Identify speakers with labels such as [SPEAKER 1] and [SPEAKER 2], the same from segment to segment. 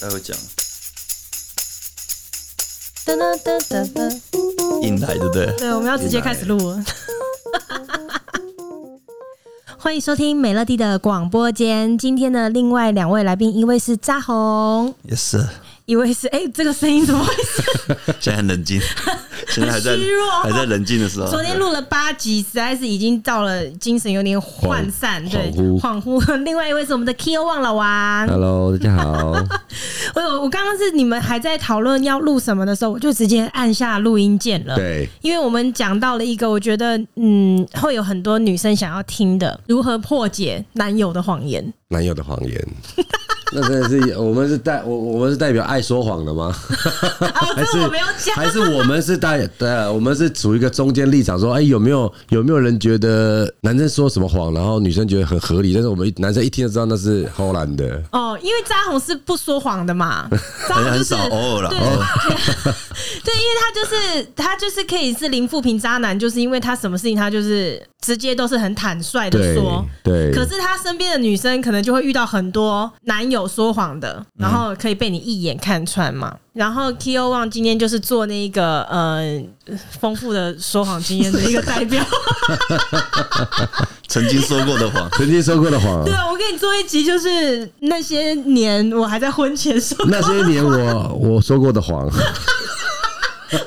[SPEAKER 1] 待会讲
[SPEAKER 2] 噔噔噔噔噔，
[SPEAKER 1] 硬来，对不对？
[SPEAKER 2] 对，我们要直接开始录了。 欢迎收听美乐蒂的广播间。今天的另外两位来宾，一位是扎红，
[SPEAKER 1] 也是，
[SPEAKER 2] 一位是哎、这个声音怎么会是？
[SPEAKER 1] 现在很冷静，现在还在
[SPEAKER 2] 很虚弱
[SPEAKER 1] 还在冷静的时候。
[SPEAKER 2] 昨天录了八集，实在是已经到了精神有点涣散，对，
[SPEAKER 3] 恍
[SPEAKER 2] 恍惚。另外一位是我们的 Kyo 忘老 王，
[SPEAKER 3] Hello，大家 好。
[SPEAKER 2] 我有我刚刚是你们还在讨论要录什么的时候，我就直接按下录音键了。
[SPEAKER 3] 对，
[SPEAKER 2] 因为我们讲到了一个，我觉得嗯，会有很多女生想要听的，如何破解男友的谎言。
[SPEAKER 3] 男友的谎言， 那真的是我们是代我我们是代表爱说谎 的吗？
[SPEAKER 2] 哦，
[SPEAKER 3] 还
[SPEAKER 2] 这
[SPEAKER 3] 是
[SPEAKER 2] 我没有讲。
[SPEAKER 3] 还是我们是代对啊，我们是处于一个中间立场，说哎、有没有有没有人觉得男生说什么谎，然后女生觉得很合理，但是我们一男生一听就知道那是偷懒 的。
[SPEAKER 2] 哦，因为扎红是不说谎 的嘛，扎
[SPEAKER 1] 好像
[SPEAKER 2] 红就
[SPEAKER 1] 很
[SPEAKER 2] 是
[SPEAKER 1] 少哦偶尔啦
[SPEAKER 2] 对
[SPEAKER 1] 偶尔
[SPEAKER 2] 对，因为他就是他就是可以是零负评渣男，就是因为他什么事情他就是直接都是很坦率的
[SPEAKER 3] 对
[SPEAKER 2] 说。
[SPEAKER 3] 对，，
[SPEAKER 2] 可是他身边的女生可能就会遇到很多男友说谎的，
[SPEAKER 1] 嗯
[SPEAKER 2] 然后可以被你一眼看穿嘛。然后 Kyo Wang 今天就是做那个呃丰富的说谎经验的一个代 表。
[SPEAKER 1] 曾经说过的 谎
[SPEAKER 3] 曾经说过的谎
[SPEAKER 2] 对，啊，我给你做一集，就是那些年我还在婚前说，
[SPEAKER 3] 那些年我我说过的谎，
[SPEAKER 2] 这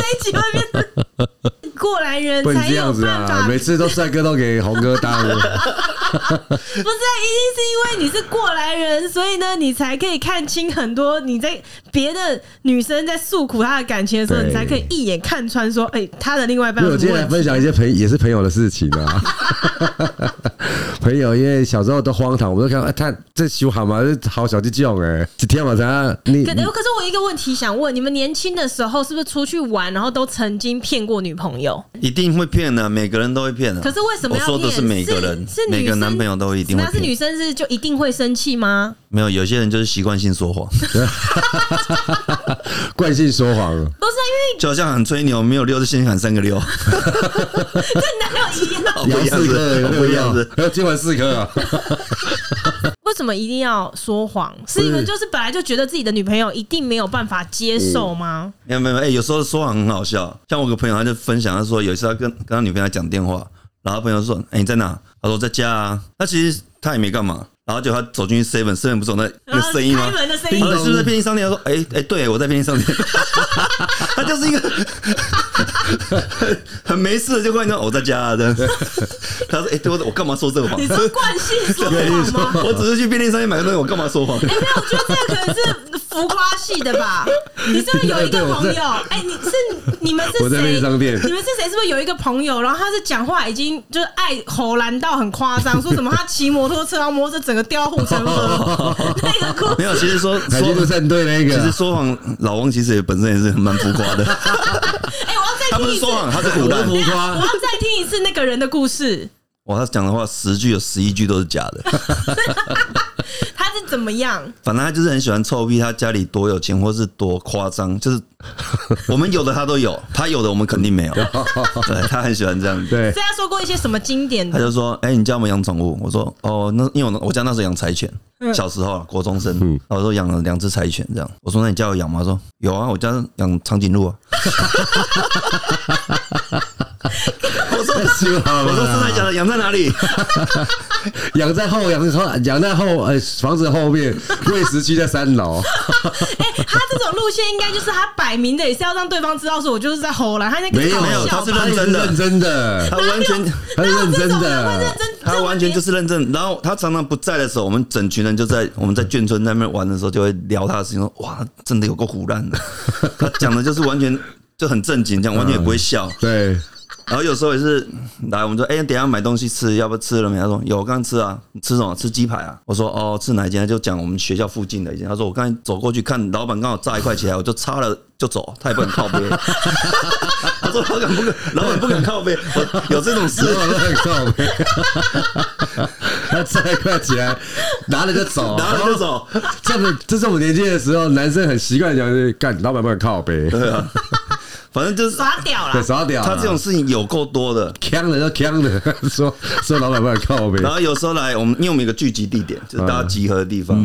[SPEAKER 2] 一集外面过来 人
[SPEAKER 3] 不 能
[SPEAKER 2] 才
[SPEAKER 3] 这
[SPEAKER 2] 有
[SPEAKER 3] 样子
[SPEAKER 2] 办法
[SPEAKER 3] 啊！每次都帅哥都给红哥当，
[SPEAKER 2] 不是，一定是因为你是过来人，所以呢，你才可以看清很多你在别的女生在诉苦她的感情的时候，
[SPEAKER 3] 对
[SPEAKER 2] 你才可以一眼看穿说，哎、她的另外一半
[SPEAKER 3] 对，
[SPEAKER 2] 有
[SPEAKER 3] 我
[SPEAKER 2] 什
[SPEAKER 3] 今
[SPEAKER 2] 么
[SPEAKER 3] 天来
[SPEAKER 2] 问题。
[SPEAKER 3] 分享一些朋也是朋友的事情啊。 朋友，因为小时候都荒唐，我们都看到，哎、他这修好嘛，这好小就囧哎，一天晚上你
[SPEAKER 2] 可可是我有一个问题想问，你们年轻的时候是不是出去玩，然后都曾经骗过女朋友？
[SPEAKER 1] 一定会骗的，每个人都会骗的。
[SPEAKER 2] 可是为什么
[SPEAKER 1] 我
[SPEAKER 2] 要
[SPEAKER 1] 说的
[SPEAKER 2] 骗？
[SPEAKER 1] 是每个人，
[SPEAKER 2] 是
[SPEAKER 1] 每
[SPEAKER 2] 女
[SPEAKER 1] 个
[SPEAKER 2] 生
[SPEAKER 1] 男朋友都一定会
[SPEAKER 2] 那是
[SPEAKER 1] 骗。
[SPEAKER 2] 女生是就一定会生气吗？
[SPEAKER 1] 没有，有些人就是习惯性说谎，
[SPEAKER 3] 惯性说谎，
[SPEAKER 2] 不是因
[SPEAKER 1] 就好像喊吹牛，没有六就先喊三个六，
[SPEAKER 2] 为这哪有一样？
[SPEAKER 1] 不一样
[SPEAKER 3] 哦四颗，
[SPEAKER 1] 是，
[SPEAKER 3] 有没
[SPEAKER 1] 不
[SPEAKER 3] 有
[SPEAKER 1] 一样是。
[SPEAKER 3] 要今晚四颗啊，
[SPEAKER 2] 为什么一定要说谎？是你们就是本来就觉得自己的女朋友一定没有办法接受吗？
[SPEAKER 1] 没有没有，哎、有时候说谎很好笑。像我有个朋友，他就分享，他说有一哎次他跟跟他女朋友讲电话，然后他朋友说：“哎、你在哪？”他说：“在家啊。”那其实他也没干嘛，然后就他走进去 seven seven 不是有那那个嗯声音
[SPEAKER 2] 然
[SPEAKER 1] 吗
[SPEAKER 2] 后？啊开门的声
[SPEAKER 1] 他
[SPEAKER 2] 音，
[SPEAKER 1] 说：“是不是在便利商店？”他说：“哎、哎、对我在便利商店。” 他就是一个 很没事的，就忽然说：“我在家、啊。”这样，他说：“哎、对我我干嘛说这个谎
[SPEAKER 2] 你？说惯性说谎吗？
[SPEAKER 1] 我只是去便利商店买个东西，我干嘛说谎？”
[SPEAKER 2] 哎、没有，我觉得这个可能是浮夸系的吧。你是不是有一个朋友？哎、你是你们是
[SPEAKER 3] 我在
[SPEAKER 2] 谁？
[SPEAKER 3] 便利商店
[SPEAKER 2] 你们是谁？是不是有一个朋友？然后他是讲话已经就是爱吼蓝到很夸张，说什么他骑摩托车，然后摩托车整个掉护城河，那个故
[SPEAKER 1] 没有，其实说
[SPEAKER 3] 海军陆
[SPEAKER 1] 说。
[SPEAKER 3] 战队那
[SPEAKER 1] 其实
[SPEAKER 3] 个，
[SPEAKER 1] 说谎，老王其实也本身也是蛮浮夸的。
[SPEAKER 2] 哎、我要再
[SPEAKER 1] 他不
[SPEAKER 2] 听
[SPEAKER 1] 是
[SPEAKER 2] 一次，
[SPEAKER 1] 说
[SPEAKER 2] 我
[SPEAKER 1] 谎，他是胡乱。
[SPEAKER 3] 浮
[SPEAKER 2] 要
[SPEAKER 3] 夸，
[SPEAKER 2] 再听一次那个人的故事，
[SPEAKER 1] 哇，他讲的话十句有十一句都是假的。
[SPEAKER 2] 他是怎么样？
[SPEAKER 1] 反正他就是很喜欢臭屁，他家里多有钱或是多夸张，就是 我们有的他都有，他有的我们肯定没 有。对他很喜欢这样子。
[SPEAKER 3] 对
[SPEAKER 2] 所以他说过一些什么经典
[SPEAKER 1] 他
[SPEAKER 2] 的？
[SPEAKER 1] 就说：“哎、你家有没有养宠物？”我说：“哦，那因为我我家那时候养柴犬，小时候啊，国中生，然后我说养了两只柴犬这样。我说：那你家有养吗？他说：有啊，我家养长颈鹿啊。我说：
[SPEAKER 3] 修好
[SPEAKER 1] 我说是
[SPEAKER 3] 了，
[SPEAKER 1] 在讲的养在哪里？
[SPEAKER 3] 养在后，养在后，养在后，呃，房子后面，喂食区在三 楼，
[SPEAKER 2] 哎、他这种路线应该就是他摆明的，也是要让对方知道说我就是在吼啦，他应该
[SPEAKER 3] 没有
[SPEAKER 2] 搞
[SPEAKER 1] 没有
[SPEAKER 2] 笑
[SPEAKER 1] 他是
[SPEAKER 2] 吧
[SPEAKER 1] 认真的
[SPEAKER 3] 认真的，
[SPEAKER 1] 他完全。”
[SPEAKER 3] 他是认真
[SPEAKER 2] 哪有这种人会认
[SPEAKER 3] 的，
[SPEAKER 2] 真，
[SPEAKER 1] 他完全就是认真。然后他常常不在的时候，我们整群人就在我们在眷村那边玩的时候，就会聊他的事情，说哇，真的有够胡乱的。他讲的就是完全就很正经，这样完全也不会笑。
[SPEAKER 3] 对，
[SPEAKER 1] 然后有时候也是来，我们说哎、等一下买东西吃，要不吃了没？他说有，我刚刚吃啊，你吃什么？吃鸡排啊。我说哦，吃哪一间？他就讲我们学校附近的一间。他说我刚才走过去看，老板刚好炸一块起来，我就擦了就走，他也不敢靠背。他说老板不敢，老板不敢靠背，我有这种 事。
[SPEAKER 3] 我乱靠 背，他再快起来，拿了就走，
[SPEAKER 1] 然后他就走，
[SPEAKER 3] 这么这是我们年轻的时候，男生很习惯讲是干老板不能靠背，
[SPEAKER 1] 对啊，反正就是
[SPEAKER 2] 耍屌
[SPEAKER 3] 对，
[SPEAKER 2] 了。
[SPEAKER 3] 傻屌啊，
[SPEAKER 1] 他这种事情有够多的。
[SPEAKER 3] 呛的就呛的， 说说老板不能靠背
[SPEAKER 1] 然，后有时候来我们，因为我们有一个聚集地点，就是大家集合的地方。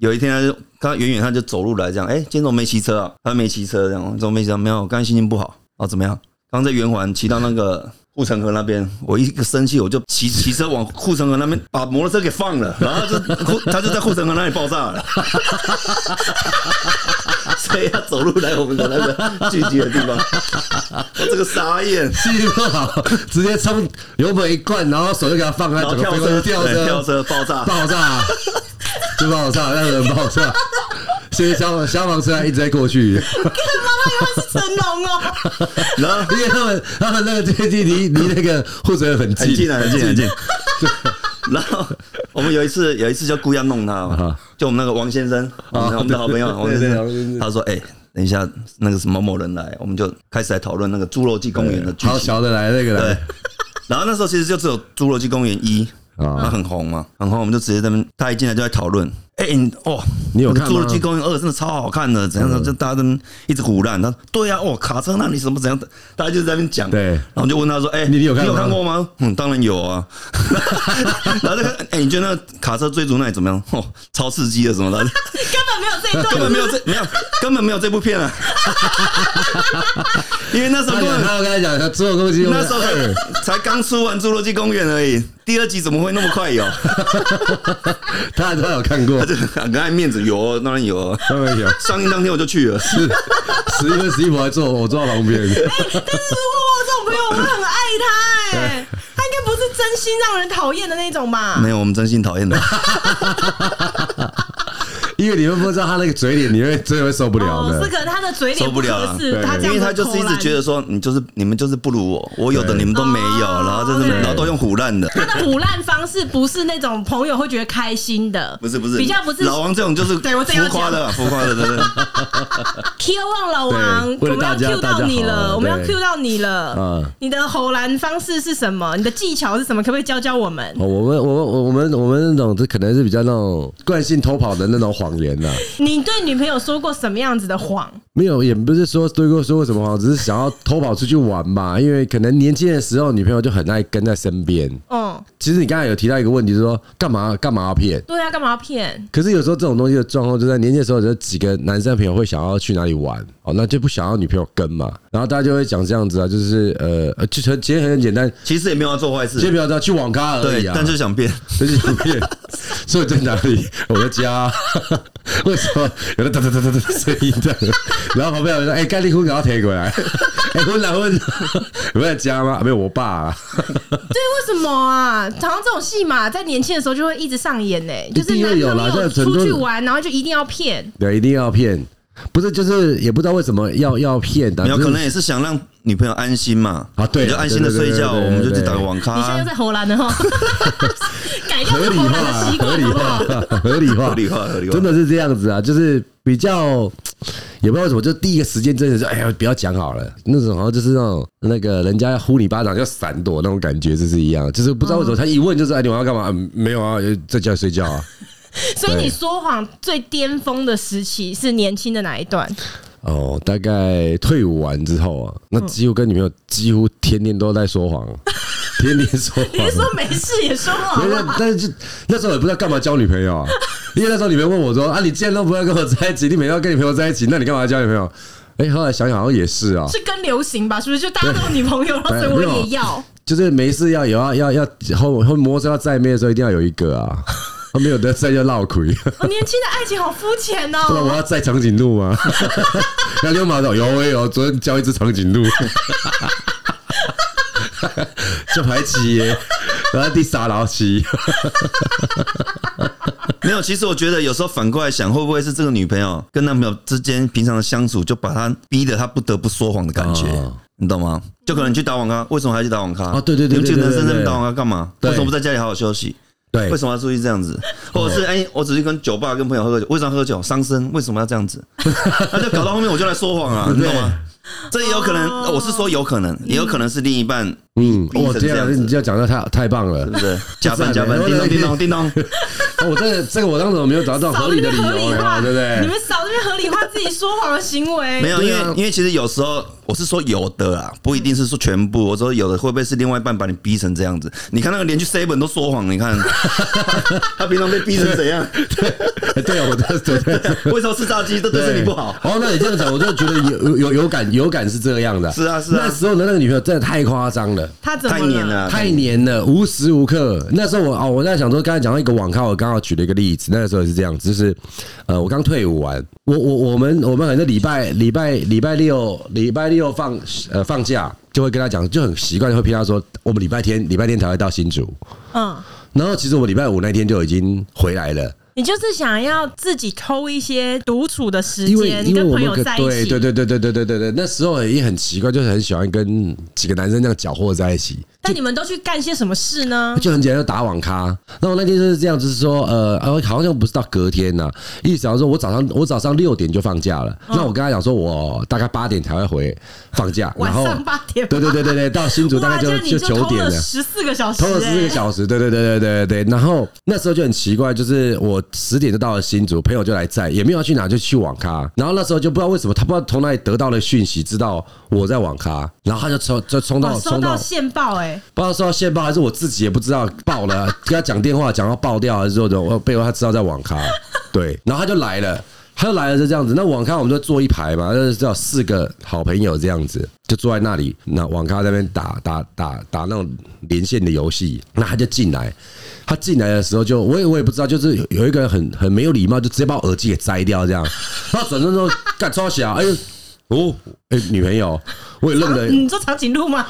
[SPEAKER 1] 有一天他就他远远他就走路来这样，哎、今天怎么没骑车啊？他没骑车这样，怎么没骑车？没有，我刚才心情不好啊，怎么样？刚在圆环骑到那个护城河那边，我一个生气，我就骑骑车往护城河那边，把摩托车给放了，然后就 护他就在护城河那里爆炸了， 所以他走路来我们的那个聚集的地方， 我这个傻眼。
[SPEAKER 3] 气不好，啊直接冲油门一灌，然后手就给它放开，
[SPEAKER 1] 然后
[SPEAKER 3] 整个
[SPEAKER 1] 跳
[SPEAKER 3] 飞过
[SPEAKER 1] 车，
[SPEAKER 3] 去跳
[SPEAKER 1] 对
[SPEAKER 3] 车，
[SPEAKER 1] 跳车爆炸，
[SPEAKER 3] 爆炸，就爆炸，让人爆炸。所以消防消防车还一直在过去，因
[SPEAKER 2] 他是成龙哦，
[SPEAKER 1] 然后
[SPEAKER 3] 为他们他们那个接近离离那个护城河很
[SPEAKER 1] 很近
[SPEAKER 3] 近，
[SPEAKER 1] 啊，很近很近。 然后我们有一次有一次就故意要弄他嘛
[SPEAKER 3] 啊，
[SPEAKER 1] 就我们那个王先生，我们的我们的好朋友王
[SPEAKER 3] 对
[SPEAKER 1] 先
[SPEAKER 3] 对王先
[SPEAKER 1] 生，
[SPEAKER 3] 生
[SPEAKER 1] 他说：“哎，等一下那个什么某某人来，我们就开始来讨论那个侏罗纪公园的剧
[SPEAKER 3] 好
[SPEAKER 1] 情。
[SPEAKER 3] 小的来那个”
[SPEAKER 1] 对
[SPEAKER 3] 来，。
[SPEAKER 1] 然后那时候其实就只有《侏罗纪公园一》。
[SPEAKER 3] 啊
[SPEAKER 1] 那很红嘛，很红，我们就直接在那边，他一进来就在讨论，哎、你哦，
[SPEAKER 3] 你有
[SPEAKER 1] 那个侏
[SPEAKER 3] 看吗嗯
[SPEAKER 1] 罗纪公园二》真的超好看的，怎样的，就大家在那边一直胡乱，他说对啊，哦，卡车那里什么怎样的，大家就在那边讲，
[SPEAKER 3] 对
[SPEAKER 1] 然后我就问他说，哎、
[SPEAKER 3] 你你有看吗
[SPEAKER 1] 过吗？嗯，当然有 啊，然后那个，哎、你觉得那个卡车追逐那里怎么样？哦，超刺激的什么 的，
[SPEAKER 2] 根本没有这一段，
[SPEAKER 1] 根本没有这没有，根本没有这部 片啊，因为那时候
[SPEAKER 3] 他
[SPEAKER 1] 根
[SPEAKER 3] 讲
[SPEAKER 1] 本
[SPEAKER 3] 他跟他讲，他做东西
[SPEAKER 1] 那时候才才刚出完《侏罗纪公园》而已，第二集怎么会那么快有？
[SPEAKER 3] 他他有看过
[SPEAKER 1] 他，就很爱面子，有哦当然有哦。
[SPEAKER 3] 他们有。
[SPEAKER 1] 上映当天我就去了，
[SPEAKER 3] 是十一跟十一婆还坐我坐在旁边，
[SPEAKER 2] 哎但是如果我有这种朋友，我会很爱他哎、他应该不是真心让人讨厌的那种吧？
[SPEAKER 1] 没有，我们真心讨厌的。
[SPEAKER 3] 因为你们不知道他那个嘴脸，你会真的会受不了
[SPEAKER 2] 哦，
[SPEAKER 3] 的
[SPEAKER 2] 这。个他的嘴脸
[SPEAKER 1] 受不了
[SPEAKER 2] 合
[SPEAKER 1] 了
[SPEAKER 2] 适，
[SPEAKER 3] 对
[SPEAKER 2] 他这
[SPEAKER 1] 因
[SPEAKER 2] 样
[SPEAKER 1] 为他
[SPEAKER 2] 子
[SPEAKER 1] 就是一
[SPEAKER 2] 口
[SPEAKER 1] 直
[SPEAKER 2] 烂
[SPEAKER 1] 觉得说，你就是你们就是不如我，我有的
[SPEAKER 3] 对
[SPEAKER 1] 你们都没有，
[SPEAKER 2] 哦
[SPEAKER 1] 然后在那边，
[SPEAKER 2] 对
[SPEAKER 1] 然后都用胡乱的，
[SPEAKER 2] 他的腐烂方式不是那种朋友会觉得开心的，
[SPEAKER 1] 不是不是，
[SPEAKER 2] 比较不是
[SPEAKER 1] 老王这种就是
[SPEAKER 2] 对我这样
[SPEAKER 1] 浮夸的，啊浮夸的，对对。
[SPEAKER 2] Q 忘老王，
[SPEAKER 3] 对
[SPEAKER 2] 我
[SPEAKER 3] 为了
[SPEAKER 2] 们要
[SPEAKER 3] 大家
[SPEAKER 2] Q 到你
[SPEAKER 3] 大家好
[SPEAKER 2] 了，我们要
[SPEAKER 3] 对
[SPEAKER 2] Q 到你了
[SPEAKER 3] 嗯。
[SPEAKER 2] 你的吼兰方式是什么？你的技巧是什么？可不可以教教我们？
[SPEAKER 3] 哦我们我们我们我们那种，这可能是比较那种惯性偷跑的那种谎言呐、
[SPEAKER 2] 你对女朋友说过什么样子的谎？
[SPEAKER 3] 没有，也不是说对过说过什么谎，只是想要偷跑出去玩吧。因为可能年轻的时候，女朋友就很爱跟在身边。
[SPEAKER 2] 嗯，
[SPEAKER 3] 其实你刚才有提到一个问题，就是说干嘛干嘛要骗？
[SPEAKER 2] 对啊，干嘛要骗？
[SPEAKER 3] 可是有时候这种东西的状况，就在年轻的时候，有几个男生朋友会想要去哪里玩，哦，那就不想要女朋友跟嘛，然后大家就会讲这样子啊，就是呃，呃就很其实很简单，
[SPEAKER 1] 其实也没有要做坏
[SPEAKER 3] 先
[SPEAKER 1] 事，
[SPEAKER 3] 不要这样去网咖而
[SPEAKER 1] 对
[SPEAKER 3] 已，啊，
[SPEAKER 1] 但就想变，
[SPEAKER 3] 就是不骗。所以在哪里？我的家 啊、为什么有的哒哒哒哒哒的声音这样？然后旁边有人说：“哎、盖利坤给他贴过来。 哎、我来问， 有在家吗？啊没有，我爸、啊。
[SPEAKER 2] 对，为什么啊？常常这种戏嘛，在年轻的时候就会一直上演呢、
[SPEAKER 3] 一
[SPEAKER 2] 就是
[SPEAKER 3] 定
[SPEAKER 2] 男
[SPEAKER 3] 会
[SPEAKER 2] 朋
[SPEAKER 3] 有啦
[SPEAKER 2] 友
[SPEAKER 3] 在很多
[SPEAKER 2] 出去玩，然后就一定要骗。
[SPEAKER 3] 对，一定要骗，不是就是也不知道为什么要要骗的、
[SPEAKER 1] 没有
[SPEAKER 3] 就是
[SPEAKER 1] 可能也是想让女朋友安心嘛，
[SPEAKER 3] 啊对
[SPEAKER 1] 你就安心的睡觉，
[SPEAKER 3] 对对对对
[SPEAKER 1] 我们就去打个
[SPEAKER 3] 啊
[SPEAKER 1] 网
[SPEAKER 2] 你现在又
[SPEAKER 1] 咖啊
[SPEAKER 2] 在，荷兰了 哈，哦改掉
[SPEAKER 3] 合
[SPEAKER 2] 这
[SPEAKER 3] 理
[SPEAKER 2] 荷
[SPEAKER 3] 化
[SPEAKER 2] 兰的习
[SPEAKER 3] 合
[SPEAKER 2] 惯
[SPEAKER 3] 理
[SPEAKER 2] 好不好？
[SPEAKER 3] 化，合理化，
[SPEAKER 1] 合理化合理化
[SPEAKER 3] 真的是这样子啊，就是比较。也不知道为什么，就第一个时间真的是，哎呀，不要讲好了，那种好像就是那种那个人家要呼你巴掌要闪躲那种感觉，就是一样，就是不知道为什么他一问就是，哎，你晚上干嘛、嗯没有啊，呃在家睡觉啊。
[SPEAKER 2] 所以
[SPEAKER 3] 对
[SPEAKER 2] 你说谎最巅峰的时期是年轻的哪一段？
[SPEAKER 3] 哦，大概退伍完之后啊，那几乎跟女朋友几乎天天都在说谎，天天说
[SPEAKER 2] 你
[SPEAKER 3] 谎
[SPEAKER 2] 是。说没事也说谎啊
[SPEAKER 3] 没有，
[SPEAKER 2] 吗？
[SPEAKER 3] 但是就那时候也不知道干嘛交女朋友啊，因为那时候女朋友问我说：“啊，你既然都不要跟我在一起，你每天要跟女朋友在一起，那你干嘛要交女朋友？”哎、后来想想好像也是 啊，
[SPEAKER 2] 是跟流行吧？是不是？就大家都有女朋友，然后所以我也 要。
[SPEAKER 3] 就是没事要有要啊要要后后摩托车要载妹的时候一定要有一个啊，啊没有得载就闹鬼，
[SPEAKER 2] 我哦年轻的爱情好肤浅
[SPEAKER 3] 不然我
[SPEAKER 2] 哦！
[SPEAKER 3] 要载长颈鹿 吗？那溜马走有我有，啊昨天教一只长颈鹿， 就排七耶，然后第三老七，
[SPEAKER 1] 没有。其实我觉得有时候反过来想，会不会是这个女朋友跟男朋友之间平常的相处，就把她逼得她不得不说谎的感觉
[SPEAKER 3] 哦，
[SPEAKER 1] 你懂吗？就可能你去打网咖，为什么还去打网咖？
[SPEAKER 3] 哦对对对
[SPEAKER 1] 你们几个
[SPEAKER 3] 对对
[SPEAKER 1] 男生在那
[SPEAKER 3] 对
[SPEAKER 1] 边打网咖干嘛？
[SPEAKER 3] 对
[SPEAKER 1] 为什么不在家里好好休息？
[SPEAKER 3] 对
[SPEAKER 1] 为，什么要注意这样子？或者是哎、我只是跟酒吧跟朋友喝个酒，为什么要喝酒伤身？为什么要这样 子？那就搞到后面我就来说谎啊，你懂吗？这也有可能，
[SPEAKER 3] 哦
[SPEAKER 1] 我是说有可能，也有可能是另一半，
[SPEAKER 3] 嗯，
[SPEAKER 1] 逼
[SPEAKER 3] 我
[SPEAKER 1] 成这
[SPEAKER 3] 天啊，
[SPEAKER 1] 样子
[SPEAKER 3] 你这样讲的太太棒了
[SPEAKER 1] 对。不对？加分
[SPEAKER 3] 不啊
[SPEAKER 1] 加
[SPEAKER 3] 赞
[SPEAKER 1] 分，
[SPEAKER 3] 美
[SPEAKER 1] 叮咚
[SPEAKER 3] 我的
[SPEAKER 1] 叮咚叮咚，
[SPEAKER 3] 哦，我这个这个我当时我没有找到
[SPEAKER 2] 少
[SPEAKER 3] 合
[SPEAKER 2] 在
[SPEAKER 3] 理
[SPEAKER 2] 那
[SPEAKER 3] 的
[SPEAKER 2] 边
[SPEAKER 3] 理
[SPEAKER 2] 合理
[SPEAKER 3] 由
[SPEAKER 2] 化，
[SPEAKER 3] 啊，对不
[SPEAKER 2] 你
[SPEAKER 3] 对？
[SPEAKER 2] 们少在那边合理化自己说谎的行为。
[SPEAKER 1] 没有，因
[SPEAKER 3] 对啊
[SPEAKER 1] 为因为其实有时候我是说有的啦，不一定是说全部。我说有的会不会是另外一半把你逼成这样子？你看那个连去 seven 都说谎，你看 他平常被逼成怎样？
[SPEAKER 3] 对啊，我的对对 对
[SPEAKER 1] 为什么吃炸鸡都对身体不好？
[SPEAKER 3] 哦，那你这样讲，我就觉得有有有感有感是这样的。
[SPEAKER 1] 是啊是啊
[SPEAKER 3] 那时候的那个女朋友真的太夸张了。
[SPEAKER 2] 他怎么
[SPEAKER 1] 太黏？了，
[SPEAKER 3] 太黏了，无时无刻。那时候我哦，我在想说，刚才讲到一个网咖，我刚好举了一个例子。那时候也是这样，就是呃，我刚退伍完，我我我们我们可能礼拜礼拜礼拜六礼拜六放呃放假，就会跟他讲，就很习惯会骗他说，我们礼拜天礼拜天才会到新竹。
[SPEAKER 2] 嗯，
[SPEAKER 3] 然后其实我礼拜五那天就已经回来了，
[SPEAKER 2] 你就是想要自己抠一些独处的时
[SPEAKER 3] 因为
[SPEAKER 2] 间，
[SPEAKER 3] 因为
[SPEAKER 2] 跟
[SPEAKER 3] 我
[SPEAKER 2] 朋
[SPEAKER 3] 们
[SPEAKER 2] 友
[SPEAKER 3] 可
[SPEAKER 2] 在一
[SPEAKER 3] 对
[SPEAKER 2] 起。
[SPEAKER 3] 对对对对对对对对，那时候也很奇怪，就是很喜欢跟几个男生这样搅和在一起。
[SPEAKER 2] 但你们都去干些什么事呢？
[SPEAKER 3] 就很简单，就打网咖。那我那天就是这样，就是说，呃，呃，好像不是到隔天呐、意思讲说我早上我早上六点就放假了，那我跟他讲说，我大概八点才会回放假，
[SPEAKER 2] 晚
[SPEAKER 3] 然后
[SPEAKER 2] 上八点
[SPEAKER 3] 对对对对对，到新竹大概
[SPEAKER 2] 哇，这
[SPEAKER 3] 就
[SPEAKER 2] 样你
[SPEAKER 3] 就九
[SPEAKER 2] 偷
[SPEAKER 3] 点
[SPEAKER 2] 了
[SPEAKER 3] 了。
[SPEAKER 2] 十四个小时、
[SPEAKER 3] 偷
[SPEAKER 2] 欸，
[SPEAKER 3] 了四个小时，对对对对对对。然后那时候就很奇怪，就是我十点就到了新竹，朋友就来载，也没有要去哪，就去网咖。然后那时候就不知道为什么，他不知道从哪里得到了讯息，知道我在网咖，然后他就冲就冲
[SPEAKER 2] 哇
[SPEAKER 3] 到
[SPEAKER 2] 哦收
[SPEAKER 3] 冲
[SPEAKER 2] 到
[SPEAKER 3] 到
[SPEAKER 2] 线报哎、
[SPEAKER 3] 不知道是要线报还是我自己也不知道爆了， 跟他讲电话讲到爆掉，还是说我背后他知道在网咖，对，然后他就来了。他就来了，就这样子。那网咖我们就坐一排嘛，那至少四个好朋友这样子，就坐在那里。那网咖在那边打打打打那种连线的游戏，那他就进来。他进来的时候就，我也我也不知道，就是有有一个人很很没有礼貌，就直接把我耳机给摘掉这样。然后转身之后， 干超小，哎呦，哦，哎、女朋友，我也愣了，
[SPEAKER 2] 嗯你做长颈鹿 吗？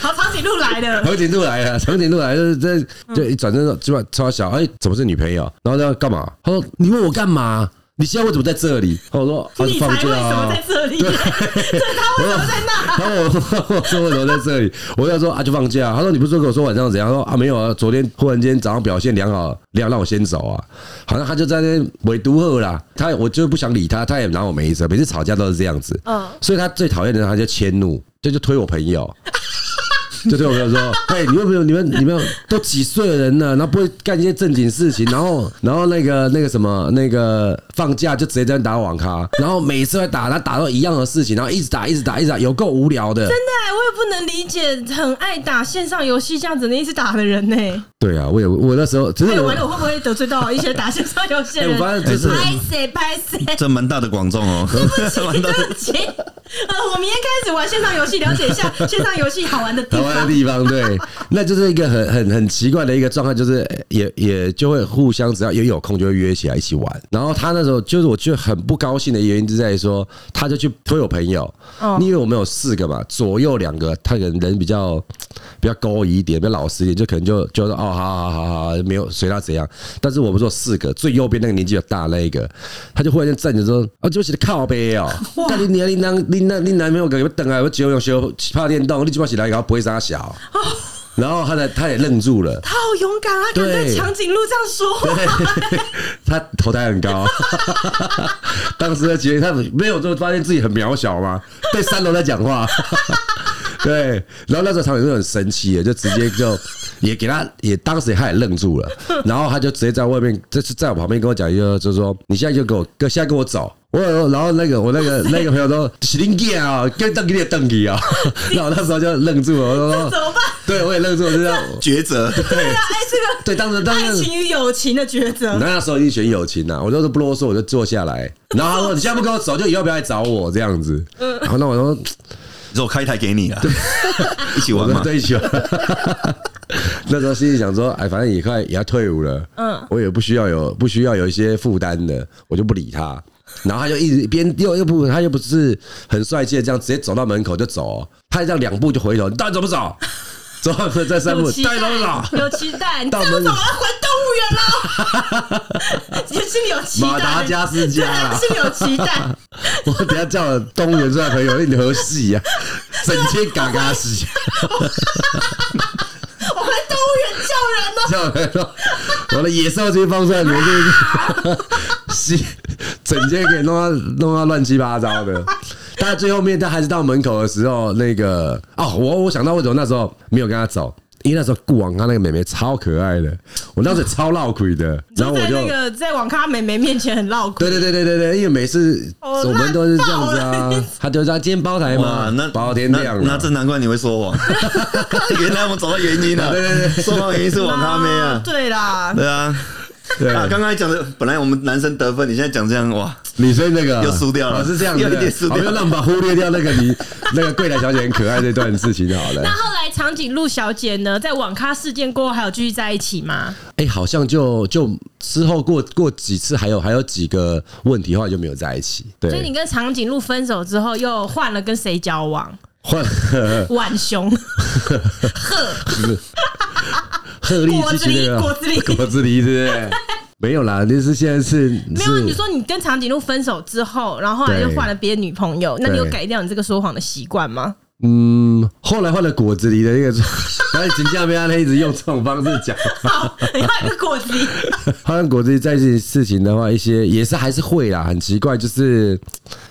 [SPEAKER 2] 好，长颈鹿来了，
[SPEAKER 3] 长颈鹿来了， 长颈鹿来了，这
[SPEAKER 2] 嗯
[SPEAKER 3] 就一转身就超小，哎，怎么是女朋友？然后他干嘛？他说你问我干嘛？你现在为什么在这里？然后我说他
[SPEAKER 2] 你
[SPEAKER 3] 是
[SPEAKER 2] 才
[SPEAKER 3] 放
[SPEAKER 2] 为什
[SPEAKER 3] 假
[SPEAKER 2] 么
[SPEAKER 3] 啊
[SPEAKER 2] 在。这里？对， 他为什么在那？
[SPEAKER 3] 然后我 我说为什么在这里？我就说啊，就放假、他说你不是说跟我说晚上怎样？他说啊没有啊，昨天忽然间早上表现良好，良让我先走啊。好像他就在那边尾独后啦，他我就不想理他，他也拿我没辙。每次吵架都是这样子，
[SPEAKER 2] 嗯，
[SPEAKER 3] 所以他最讨厌的人他就迁怒，这就推我朋友。 就对我朋友说：“ 哎，你们没有，你们你们都几岁的人了，然后不会干一些正经事情，然后然后那个那个什么那个放假就直接在那打网咖，然后每次会打，他打到一样的事情，然后一直打一直打一直打，有够无聊的。
[SPEAKER 2] 真的欸，我也不能理解，很爱打线上游戏这样子的一直打的人呢、
[SPEAKER 3] 对啊，我也我那时候真
[SPEAKER 2] 哎、
[SPEAKER 3] 的我
[SPEAKER 2] 完了，我会不会得罪到一些打线上游戏的
[SPEAKER 3] 哎我
[SPEAKER 2] 人？
[SPEAKER 3] 发现就是
[SPEAKER 2] 拍谁拍 谁，
[SPEAKER 1] 这蛮大的广众哦， 蛮大
[SPEAKER 2] 对
[SPEAKER 1] 的
[SPEAKER 2] 不起。呃，我明天开始玩线上游戏，了解一下 线上游戏好玩的地
[SPEAKER 3] 台湾的
[SPEAKER 2] 方。
[SPEAKER 3] 地方，对，那就是一个很很很奇怪的一个状态，就是也也就会互相只要也有空就会约起来一起玩。然后他那时候就是我觉得很不高兴的原因就在于说，他就去推我朋友，
[SPEAKER 2] 哦
[SPEAKER 3] 因为我们有四个嘛，左右两个他可能人比较比较高一点，比较老实一点，就可能就就说哦，好好好好，好没有随他怎样。但是我们说四个最右边那个年纪比较大那一个，他就忽然间站着说啊，就是靠背哦，干你娘你男你男你男朋友给我等啊，我只有修怕电动，你鸡巴起来然后不会杀小。然后他的他也愣住了，
[SPEAKER 2] 他好勇敢啊，敢
[SPEAKER 3] 对
[SPEAKER 2] 在长颈鹿这样说话。
[SPEAKER 3] 他头抬很高，当时的觉得他没有就发现自己很渺小嘛，对三楼在讲话， 对，然后那时候长颈鹿很生气的，就直接就也给他也当时他也愣住了，然后他就直接在外面就是在我旁边跟我讲一个，就是说你现在就给我跟现在跟我走。我然后那个我那个那个朋友说：“起灵剑啊，跟邓给你邓给啊。” 然后我那时候就愣住了，我就
[SPEAKER 2] 怎
[SPEAKER 3] 说
[SPEAKER 2] 么办？：“
[SPEAKER 3] 对，我也愣住了，就这样。
[SPEAKER 1] 抉择。
[SPEAKER 2] 对啊，哎、这
[SPEAKER 3] 对，当时当
[SPEAKER 2] 个爱
[SPEAKER 3] 时
[SPEAKER 2] 情与友情的抉择。
[SPEAKER 3] 那时候已经选友情了，啊我就是不啰嗦，我就坐下来。然后他说：“你现在不跟我走，就以后不要来找我这样子。”然后那我说
[SPEAKER 1] 你说我开一台给你啊，一起：“玩
[SPEAKER 3] 我
[SPEAKER 1] 嘛
[SPEAKER 3] 们。在一起吧。” 那时候心里想说：“哎，反正也快也要退伍了，嗯，我也不需要有不需要有一些负担的，我就不理他。”然后他就一直边又又不他又不是很帅气的这样直接走到门口就走哦，他这样两步就回头，你到底走不走？ 走完了再三步，
[SPEAKER 2] 有
[SPEAKER 3] 到
[SPEAKER 2] 期
[SPEAKER 3] 底
[SPEAKER 2] 待
[SPEAKER 3] 走不走？，
[SPEAKER 2] 有期待，你这
[SPEAKER 3] 到
[SPEAKER 2] 样
[SPEAKER 3] 门
[SPEAKER 2] 走要回动物园 了，你心里有期待。
[SPEAKER 3] 马达加斯加啦
[SPEAKER 2] 对心里有期 待。
[SPEAKER 3] 我等下叫动物园出来朋友，你何戏呀、整天嘎嘎戏。
[SPEAKER 2] 我回动物园叫
[SPEAKER 1] 哦
[SPEAKER 2] 人呢，
[SPEAKER 3] 叫人了，我的野兽直接放出来，你们这西整天给弄到弄到乱七八糟的。但最后面，他还是到门口的时候，那个哦，我我想到为什么那时候没有跟他走，因为那时候顾王他那个妹妹超可爱的，我当时超闹鬼的，然后我
[SPEAKER 2] 在
[SPEAKER 3] 就
[SPEAKER 2] 那个在网咖美眉面前很绕口
[SPEAKER 3] 对，对对对对对，因为每次
[SPEAKER 2] 哦
[SPEAKER 3] 我们都是这样子啊，他就是他今天包台
[SPEAKER 1] 哇，
[SPEAKER 3] 嘛，
[SPEAKER 1] 那
[SPEAKER 3] 包天亮
[SPEAKER 1] 那，那
[SPEAKER 3] 了，
[SPEAKER 1] 真难怪你会说谎。原来我们找到原因了，对对对，说谎原因是网咖妹啊，
[SPEAKER 2] 对啦，
[SPEAKER 1] 对啊。
[SPEAKER 3] 对
[SPEAKER 1] 啊，刚刚讲的本来我们男生得分，你现在讲这样哇，
[SPEAKER 3] 女生那个
[SPEAKER 1] 又输掉了
[SPEAKER 3] 哦是这样子，
[SPEAKER 1] 又有点输掉
[SPEAKER 3] 好就让我们忽略掉那个你那个柜台小姐很可爱这段事情就好了
[SPEAKER 2] 那。后来长颈鹿小姐呢，在网咖事件过后还有继续在一起吗？
[SPEAKER 3] 哎，好像就就之后过过几次，还有还有几个问题，后来就没有在一起。
[SPEAKER 2] 所以你
[SPEAKER 3] 对，
[SPEAKER 2] 跟长颈鹿分手之后，又换了跟谁交往？
[SPEAKER 3] 换
[SPEAKER 2] 浣熊，
[SPEAKER 3] 鹤立鸡群那 个
[SPEAKER 2] 果子狸
[SPEAKER 3] 果子狸，对不对？没有啦，就是现在是
[SPEAKER 2] 没有啊？你
[SPEAKER 3] 是
[SPEAKER 2] 说你跟长颈鹿分手之后，然后后来又
[SPEAKER 3] 对
[SPEAKER 2] 换了别的女朋友，那你有
[SPEAKER 3] 对
[SPEAKER 2] 改掉你这个说谎的习惯吗？
[SPEAKER 3] 嗯，后来换了果子狸的那个， 然后请假被他一直用这种方式讲。
[SPEAKER 2] 好，你换个果子狸，
[SPEAKER 3] 他跟果子狸在一起事情的话，一些也是还是会啦，很奇怪，就是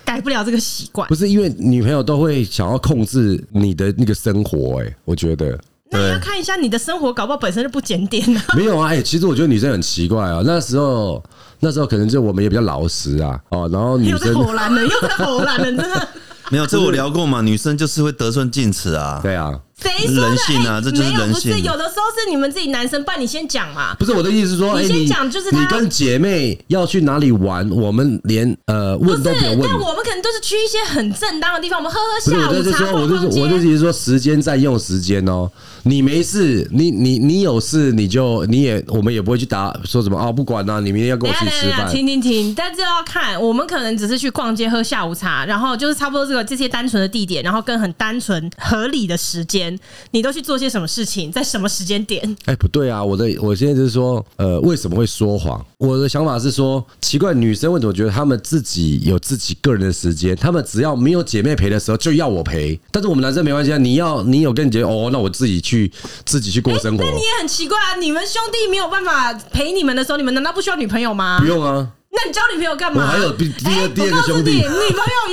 [SPEAKER 2] 改不了这个习惯
[SPEAKER 3] 不。是因为女朋友都会想要控制你的那个生活、欸，哎，我觉得。
[SPEAKER 2] 那你要看一下你的生活，搞不好本身就不检点啊。
[SPEAKER 3] 没有啊，哎、其实我觉得女生很奇怪啊。那时候，那时候可能就我们也比较老实啊，哦，然后女
[SPEAKER 2] 又在
[SPEAKER 3] 生
[SPEAKER 2] 吼懒了，又在吼懒了，真的。
[SPEAKER 1] 没有，这我聊过嘛，女生就是会得寸进尺啊。
[SPEAKER 3] 对啊，
[SPEAKER 2] 谁说的？
[SPEAKER 1] 人性啊
[SPEAKER 2] 哎
[SPEAKER 1] 这就是
[SPEAKER 2] 没有，
[SPEAKER 1] 人
[SPEAKER 2] 不
[SPEAKER 1] 性
[SPEAKER 2] 是有的时候是你们自己男生办，你先讲嘛。
[SPEAKER 3] 不是我的意思是说，哎、
[SPEAKER 2] 你先
[SPEAKER 3] 你
[SPEAKER 2] 讲就是他
[SPEAKER 3] 你跟姐妹要去哪里玩，我们连呃
[SPEAKER 2] 不
[SPEAKER 3] 问
[SPEAKER 2] 是，
[SPEAKER 3] 都不
[SPEAKER 2] 但
[SPEAKER 3] 用问。
[SPEAKER 2] 我们可能都是去一些很正当的地方，我们喝喝
[SPEAKER 3] 不是，
[SPEAKER 2] 下
[SPEAKER 3] 我
[SPEAKER 2] 午
[SPEAKER 3] 就是
[SPEAKER 2] 茶，
[SPEAKER 3] 说，我
[SPEAKER 2] 逛
[SPEAKER 3] 就是
[SPEAKER 2] 逛
[SPEAKER 3] 我的
[SPEAKER 2] 街。
[SPEAKER 3] 意思是说，时间在用时间哦。你没事，你你你有事，你就你也我们也不会去打说什么哦，不管啦、你明天要跟
[SPEAKER 2] 等
[SPEAKER 3] 我
[SPEAKER 2] 一下
[SPEAKER 3] 去
[SPEAKER 2] 等一下等一
[SPEAKER 3] 吃
[SPEAKER 2] 下，
[SPEAKER 3] 饭。
[SPEAKER 2] 停停停！但这要看，我们可能只是去逛街喝下午茶，然后就是差不多这个这些单纯的地点，然后跟很单纯合理的时间，你都去做些什么事情，在什么时间点？
[SPEAKER 3] 哎、不对啊！我的我现在就是说，呃，为什么会说谎？我的想法是说，奇怪，女生为什么觉得她们自己有自己个人的时间？她们只要没有姐妹陪的时候，就要我陪。但是我们男生没关系啊，你要你有跟你姐哦，那我自己去自己去过生活
[SPEAKER 2] 那，你也很奇怪啊！你们兄弟没有办法陪你们的时候，你们难道不需要女朋友吗？
[SPEAKER 3] 不用啊。
[SPEAKER 2] 那你交女朋友干嘛？
[SPEAKER 3] 我还有第第二
[SPEAKER 2] 哎
[SPEAKER 3] 第二个
[SPEAKER 2] 我告诉
[SPEAKER 3] 兄弟
[SPEAKER 2] 你女朋友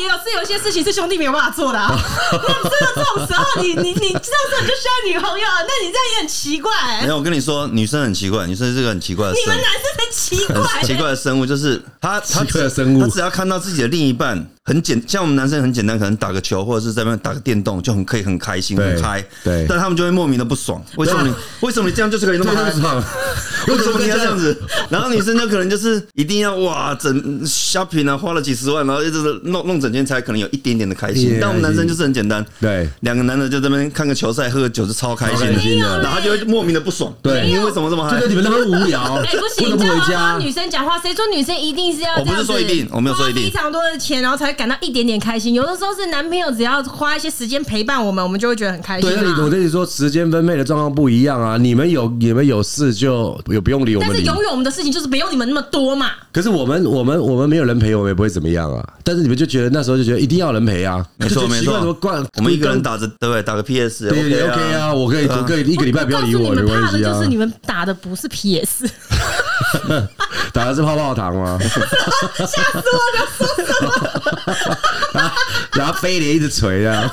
[SPEAKER 2] 也有是有一些事情是兄弟没有办法做的、 啊。那真的这种时候，你你你这时候你就需要女朋友，那你这样也很奇怪、
[SPEAKER 1] 没
[SPEAKER 2] 欸。
[SPEAKER 1] 有，我跟你说，女生很奇怪，女生是个很奇怪的
[SPEAKER 2] 你
[SPEAKER 1] 生
[SPEAKER 2] 们
[SPEAKER 1] 物，
[SPEAKER 2] 男生才奇怪、
[SPEAKER 1] 很奇怪的生物，就是她她
[SPEAKER 3] 奇怪的
[SPEAKER 1] 只
[SPEAKER 3] 生物
[SPEAKER 1] 她只要看到自己的另一半很简，像我们男生很简单，可能打个球或者是在那边打个电动就很可以很开心
[SPEAKER 3] 对
[SPEAKER 1] 很嗨，
[SPEAKER 3] 对
[SPEAKER 1] 但他们就会莫名的不爽，为什么你为什么你 这样就是可以那么嗨？
[SPEAKER 3] 爽，
[SPEAKER 1] 为什么你要这样？子？然后女生就可能就是一定要哇，整 shopping 啊，花了几十万，然后一直弄弄整天才可能有一点点的开心
[SPEAKER 3] Yeah，。
[SPEAKER 1] 但我们男生就是很简单，
[SPEAKER 3] 对
[SPEAKER 1] 两个男的就在那边看个球赛，喝个酒就超开心
[SPEAKER 3] 超开心
[SPEAKER 1] 的
[SPEAKER 3] 的，
[SPEAKER 1] 然后他就会莫名的不爽。
[SPEAKER 3] 对
[SPEAKER 1] 你为什么这么嗨
[SPEAKER 3] 就？跟你们那么无聊，
[SPEAKER 2] 哎、不
[SPEAKER 3] 为
[SPEAKER 2] 行，
[SPEAKER 3] 什
[SPEAKER 2] 你
[SPEAKER 3] 么
[SPEAKER 2] 知道
[SPEAKER 3] 不
[SPEAKER 2] 吗
[SPEAKER 3] 回家
[SPEAKER 2] 帮？女生讲话，谁说女生一定是要
[SPEAKER 1] 我不是
[SPEAKER 2] 这样子
[SPEAKER 1] 说一定我没有说一定
[SPEAKER 2] 花非常多的钱，然后才会感到一点点开心。有的时候是男朋友只要花一些时间陪伴我们，我们就会觉得很开心、
[SPEAKER 3] 对，
[SPEAKER 2] 啊。
[SPEAKER 3] 那你我跟你说，时间分配的状况不一样啊。你们有你们有事就也不用理我
[SPEAKER 2] 但
[SPEAKER 3] 们
[SPEAKER 2] 是
[SPEAKER 3] 理。
[SPEAKER 2] 永远我们的事情就是没有你们那么多嘛。
[SPEAKER 3] 可是我们我们我们没有人陪，我们也不会怎么样啊。但是你们就觉得那时候就觉得一定要人陪啊，
[SPEAKER 1] 没错
[SPEAKER 3] 就觉得
[SPEAKER 1] 没
[SPEAKER 3] 奇怪
[SPEAKER 1] 错
[SPEAKER 3] 怎么怪
[SPEAKER 1] 我们一个人打着对不对？打个 PS
[SPEAKER 3] 对对
[SPEAKER 1] OK
[SPEAKER 3] OK
[SPEAKER 1] 啊
[SPEAKER 3] 啊，我可以
[SPEAKER 1] 对啊
[SPEAKER 3] 我可以一个礼拜不要理
[SPEAKER 2] 我
[SPEAKER 3] 我，
[SPEAKER 2] 告
[SPEAKER 3] 没
[SPEAKER 2] 诉你们
[SPEAKER 3] 关
[SPEAKER 2] 怕的
[SPEAKER 3] 系
[SPEAKER 2] 就
[SPEAKER 3] 啊
[SPEAKER 2] 是。你们打的不是 PS，
[SPEAKER 3] 打的是泡泡糖吗？
[SPEAKER 2] 吓死我了！
[SPEAKER 3] 然后飞碟一直锤啊，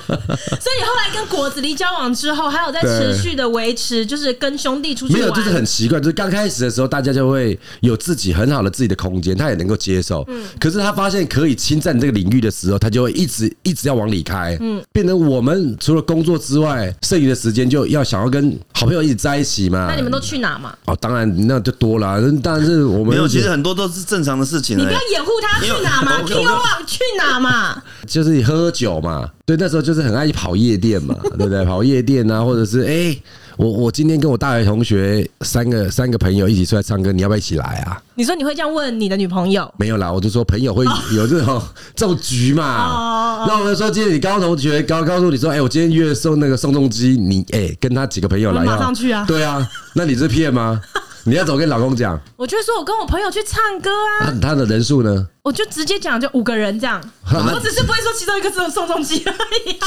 [SPEAKER 2] 所以你后来跟果子狸交往之后，还有在持续的维持，就是跟兄弟出去
[SPEAKER 3] 没
[SPEAKER 2] 玩，
[SPEAKER 3] 有，就是很奇怪，就是刚开始的时候，大家就会有自己很好的自己的空间，他也能够接受。
[SPEAKER 2] 嗯
[SPEAKER 3] 可是他发现可以侵占这个领域的时候，他就会一直一直要往里开，嗯，变成我们除了工作之外，剩余的时间就要想要跟好朋友一起在一起嘛。
[SPEAKER 2] 那你们都去哪嘛？
[SPEAKER 3] 哦，当然那就多了，但是我们
[SPEAKER 1] 没有，其实很多都是正常的事情欸
[SPEAKER 2] 你
[SPEAKER 1] 而
[SPEAKER 2] 不
[SPEAKER 1] 已
[SPEAKER 2] 要。掩护他去哪嘛
[SPEAKER 1] 没有我
[SPEAKER 2] ？Q 网去哪嘛？
[SPEAKER 3] 就是喝喝酒嘛，对，那时候就是很爱去跑夜店嘛， 对不对？跑夜店啊，或者是哎、我我今天跟我大学同学三个三个朋友一起出来唱歌，你要不要一起来啊？
[SPEAKER 2] 你说你会这样问你的女朋友？
[SPEAKER 3] 没有啦，我就说朋友
[SPEAKER 2] 哦
[SPEAKER 3] 会有这种、这种局嘛。那我就说，今天你高中同学高高诉你说，哎、我今天约送那个宋仲基，你哎、跟他几个朋友来
[SPEAKER 2] 我
[SPEAKER 3] 要，
[SPEAKER 2] 马上去啊
[SPEAKER 3] 对啊，那你是骗 吗？你要怎么跟老公讲？
[SPEAKER 2] 我就说我跟我朋友去唱歌啊，
[SPEAKER 3] 他他的人数呢？
[SPEAKER 2] 我就直接讲就五个人这样，
[SPEAKER 3] 那
[SPEAKER 2] 我只是不会说其中一个只有宋仲基而已啊。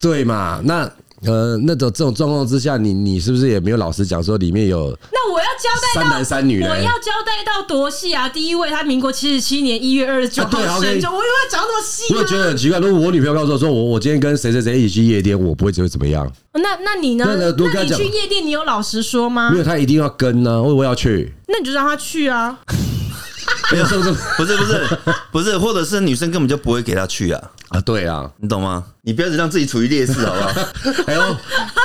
[SPEAKER 3] 对嘛？那呃，那种这种状况之下，你你是不是也没有老实讲说里面有
[SPEAKER 2] 哦那我要交代
[SPEAKER 3] 三
[SPEAKER 2] 到
[SPEAKER 3] 男三女嘞
[SPEAKER 2] 我要交代到多细啊？第一位他民国七十七年一月二十九
[SPEAKER 3] 啊对啊
[SPEAKER 2] 号生，
[SPEAKER 3] ，OK
[SPEAKER 2] 就我以为要讲那么细啊
[SPEAKER 3] 我也觉
[SPEAKER 2] 吗？
[SPEAKER 3] 得很奇怪。如果我女朋友告诉我说我我今天跟谁谁谁一起去夜店，我不会觉得怎么样，
[SPEAKER 2] 那那你呢？
[SPEAKER 3] 那呢多跟他
[SPEAKER 2] 那你
[SPEAKER 3] 讲
[SPEAKER 2] 去夜店，你有老实说吗
[SPEAKER 3] 因？为她一定要跟呢、啊，我我要去。
[SPEAKER 2] 那你就让他去啊。
[SPEAKER 3] 没有，这这
[SPEAKER 1] 不是不是不是，或者是女生根本就不会给他去啊，
[SPEAKER 3] 啊，对啊，
[SPEAKER 1] 你懂吗？你不要一直让自己处于劣势，好不好？
[SPEAKER 3] 哎呦，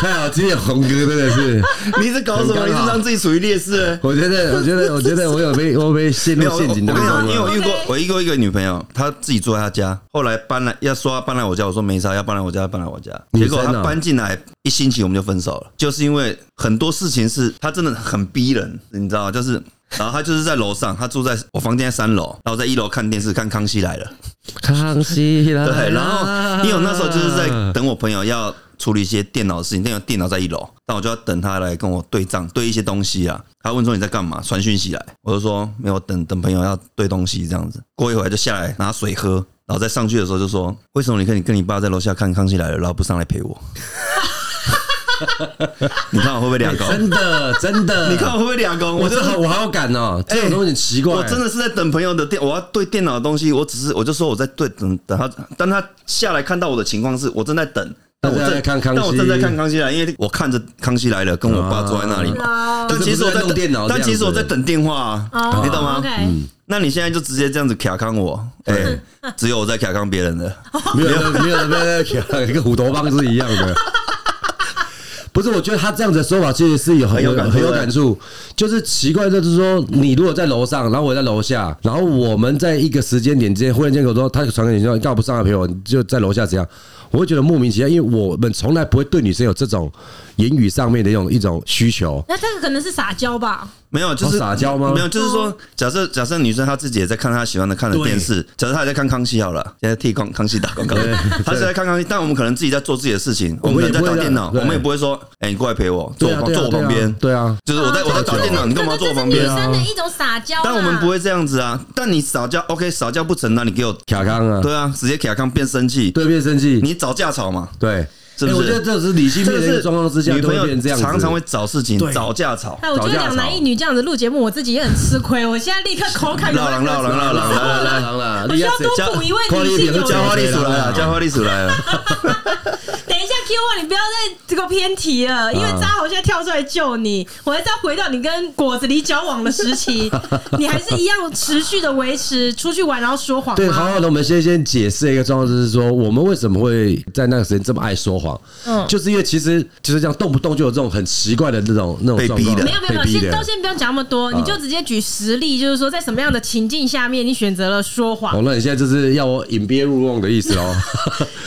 [SPEAKER 3] 太好，今天红哥真的是，
[SPEAKER 1] 你一直搞什么？
[SPEAKER 3] 很尴尬
[SPEAKER 1] 你一直让自己处于劣势、欸。
[SPEAKER 3] 我觉得，我觉得，我觉得我有被我被陷
[SPEAKER 1] 没
[SPEAKER 3] 入
[SPEAKER 1] 有，我
[SPEAKER 3] 陷
[SPEAKER 1] 我跟
[SPEAKER 3] 阱
[SPEAKER 1] 你
[SPEAKER 3] 当中
[SPEAKER 1] 讲，因为我
[SPEAKER 3] 了。
[SPEAKER 1] 遇过
[SPEAKER 2] OK
[SPEAKER 1] 我遇过一个女朋友，她自己住在她家，后来搬来要说要搬来我家，我说没啊啥，要搬来我家搬来我家，
[SPEAKER 3] 女
[SPEAKER 1] 结
[SPEAKER 3] 生啊
[SPEAKER 1] 果她搬进来一星期我们就分手了，就是因为很多事情是她真的很逼人，你知道吗？就是。然后她就是在楼上，她住在我房间在三楼，然后在一楼看电视看《康熙来了》。
[SPEAKER 3] 康熙来了
[SPEAKER 1] 对，然后因为我那时候就是在等我朋友要处理一些电脑的事情，电脑电脑在一楼，但我就要等他来跟我对账，对一些东西啊。他问说你在干嘛？传讯息来，我就说没有，等等朋友要对东西这样子。过一会儿就下来拿水喝，然后再上去的时候就说为什么你跟你跟你爸在楼下看《康熙来了》，然后不上来陪我？ 你看我会不会两公？
[SPEAKER 3] 真的真的，
[SPEAKER 1] 你看我会不会两公？
[SPEAKER 3] 我
[SPEAKER 1] 我就
[SPEAKER 3] 这好我好敢哦，这种东西很奇怪，
[SPEAKER 1] 我真的是在等朋友的电，我要对电脑的东西，我只是我就说我在对等等他，但他下来看到我的情况是我正在等，但我
[SPEAKER 3] 大家
[SPEAKER 1] 正
[SPEAKER 3] 在看康熙
[SPEAKER 1] 但我正在看康熙来，因为我看着康熙来了，跟我爸坐在那里嘛。
[SPEAKER 2] 啊
[SPEAKER 1] 但
[SPEAKER 3] 就是
[SPEAKER 1] 其实我
[SPEAKER 3] 不是在
[SPEAKER 1] 在
[SPEAKER 3] 弄电脑
[SPEAKER 1] 但
[SPEAKER 3] 这样
[SPEAKER 1] 其实我
[SPEAKER 3] 子
[SPEAKER 1] 在等电话啊
[SPEAKER 2] 哦，
[SPEAKER 1] 你懂吗？
[SPEAKER 2] OK，
[SPEAKER 3] 嗯
[SPEAKER 1] 那你现在就直接这样子卡康我， 哎，只有我在卡康别人的，
[SPEAKER 3] 没有人没有人没有人跟虎头帮是一样的。 不是，我觉得他这样子的说法其实是有很有
[SPEAKER 1] 很有感触
[SPEAKER 3] 很有感触，就是奇怪，就是说你如果在楼上，然后我在楼下，然后我们在一个时间点之间忽然间跟我说，他传给你说你干嘛不上来陪我，你就在楼下怎样，我会觉得莫名其妙，因为我们从来不会对女生有这种言语上面的一种一种需求。
[SPEAKER 2] 那这个可能是撒娇吧？
[SPEAKER 1] 没有就是
[SPEAKER 3] 哦撒娇吗
[SPEAKER 1] 没有就是
[SPEAKER 3] 哦
[SPEAKER 1] 说，假设假设女生她自己也在看她喜欢的看的
[SPEAKER 3] 对
[SPEAKER 1] 电视，假设她也在看康熙好了，现在替康康熙打广告， 她是在看康熙，但我们可能自己在做自己的事情，我
[SPEAKER 3] 我们
[SPEAKER 1] 们可能
[SPEAKER 3] 也
[SPEAKER 1] 在
[SPEAKER 3] 不会
[SPEAKER 1] 打
[SPEAKER 3] 让
[SPEAKER 1] 电脑，
[SPEAKER 3] 对
[SPEAKER 1] 我们也不会说，哎，你过来陪我，坐
[SPEAKER 3] 对
[SPEAKER 1] 我
[SPEAKER 3] 啊，
[SPEAKER 1] 旁
[SPEAKER 3] 对啊
[SPEAKER 1] 坐我旁边，
[SPEAKER 3] 对啊，
[SPEAKER 1] 就是我在我在打电脑，你干嘛坐我旁
[SPEAKER 2] 这
[SPEAKER 1] 边
[SPEAKER 2] 是？女生的一种撒娇啦，
[SPEAKER 1] 但我们不会这样子啊，但你撒娇，OK，撒娇不成，那你给我，
[SPEAKER 3] 卡康啊，
[SPEAKER 1] 对啊，直接卡康变生气，
[SPEAKER 3] 对面生气，
[SPEAKER 1] 你找架吵嘛，
[SPEAKER 3] 对，
[SPEAKER 1] 是不
[SPEAKER 3] 欸
[SPEAKER 1] 是
[SPEAKER 3] 我觉得这是理性面
[SPEAKER 1] 个
[SPEAKER 3] 的一个状况之下，
[SPEAKER 1] 女
[SPEAKER 3] 都
[SPEAKER 1] 朋
[SPEAKER 3] 会
[SPEAKER 1] 友
[SPEAKER 3] 变成这样子，
[SPEAKER 1] 常常会找事情
[SPEAKER 3] 对
[SPEAKER 1] 找架吵。
[SPEAKER 2] 哎，我觉得
[SPEAKER 3] 吵架
[SPEAKER 2] 两男
[SPEAKER 3] 吵
[SPEAKER 2] 一女这样子录节目，我自己也很吃亏。我现在立刻口
[SPEAKER 1] 嗯绕
[SPEAKER 2] 感有
[SPEAKER 1] 狼绕狼绕狼来来来，
[SPEAKER 3] 啦
[SPEAKER 2] 我需要多补一位女性友
[SPEAKER 1] 加
[SPEAKER 2] 人
[SPEAKER 1] 花栗鼠来了，加花栗鼠来了。哎
[SPEAKER 2] 等一下，Q 啊，你不要再这个偏题
[SPEAKER 3] 嗯
[SPEAKER 2] 了，因为扎豪现在跳出来救你，我还是要回到你跟果子狸交往的时 期，你还是一样持续的维持出去玩然后说谎
[SPEAKER 3] 对，好
[SPEAKER 2] 吗？
[SPEAKER 3] 好的，我们先先解释一个状况，就是说我们为什么会在那个时间这么爱说谎，
[SPEAKER 2] 嗯
[SPEAKER 3] 就是因为其实就是这样，动不动就有这种很奇怪的那种那种
[SPEAKER 1] 被
[SPEAKER 3] 状
[SPEAKER 1] 逼
[SPEAKER 3] 况，
[SPEAKER 1] 的
[SPEAKER 2] 没有没有没有，
[SPEAKER 3] 被逼
[SPEAKER 2] 先
[SPEAKER 3] 的嗯
[SPEAKER 2] 都先不用讲那么多，你就直接举实例，就是说在什么样的情境下面你选择了说
[SPEAKER 3] 好，
[SPEAKER 2] 谎，
[SPEAKER 3] 那你现在就是要我引鳖入瓮的意思喽？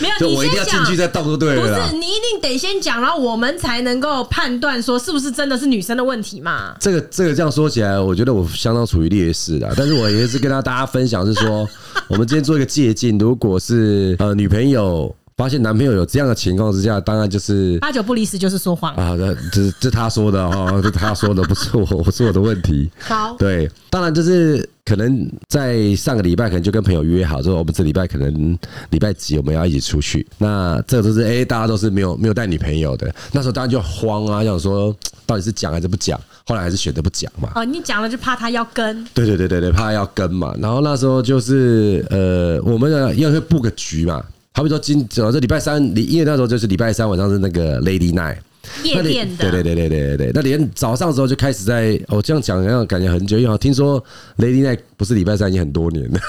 [SPEAKER 2] 没有
[SPEAKER 3] 就
[SPEAKER 2] 你
[SPEAKER 3] 我一定
[SPEAKER 2] 先
[SPEAKER 3] 要进
[SPEAKER 2] 讲。
[SPEAKER 3] 去再动就对
[SPEAKER 2] 不
[SPEAKER 3] 了啦
[SPEAKER 2] 是，。你一定得先讲，然后我们才能够判断说是不是真的是女生的问题嘛？
[SPEAKER 3] 这个这个这样说起来，我觉得我相当处于劣势的，但是我也是跟大家分享是说，我们今天做一个借鉴，如果是呃女朋友发现男朋友有这样的情况之下，当然就是
[SPEAKER 2] 八九不离十就是说谎。
[SPEAKER 3] 啊，那这这他说的哈、哦，这他说的，不是我，不是我的问题。
[SPEAKER 2] 好，
[SPEAKER 3] 对，当然就是可能在上个礼拜，可能就跟朋友约好，说我们这礼拜可能礼拜几我们要一起出去。那这个就是哎、诶大家都是没有没有带女朋友的，那时候当然就慌啊，想说到底是讲还是不讲，后来还是选择不讲嘛。
[SPEAKER 2] 哦，你讲了就怕他要 跟，
[SPEAKER 3] 对对对对对，怕要跟嘛。然后那时候就是呃，我们呢要会布个局嘛。好比说今呃这礼拜三，礼因为那时候就是礼拜三晚上是那个 Lady Night，
[SPEAKER 2] 夜店的
[SPEAKER 3] 那连对对对对对对，那连早上的时候就开始在，我、这样讲，让感觉很久，因为好像听说 Lady Night 不是礼拜三已经很多年了，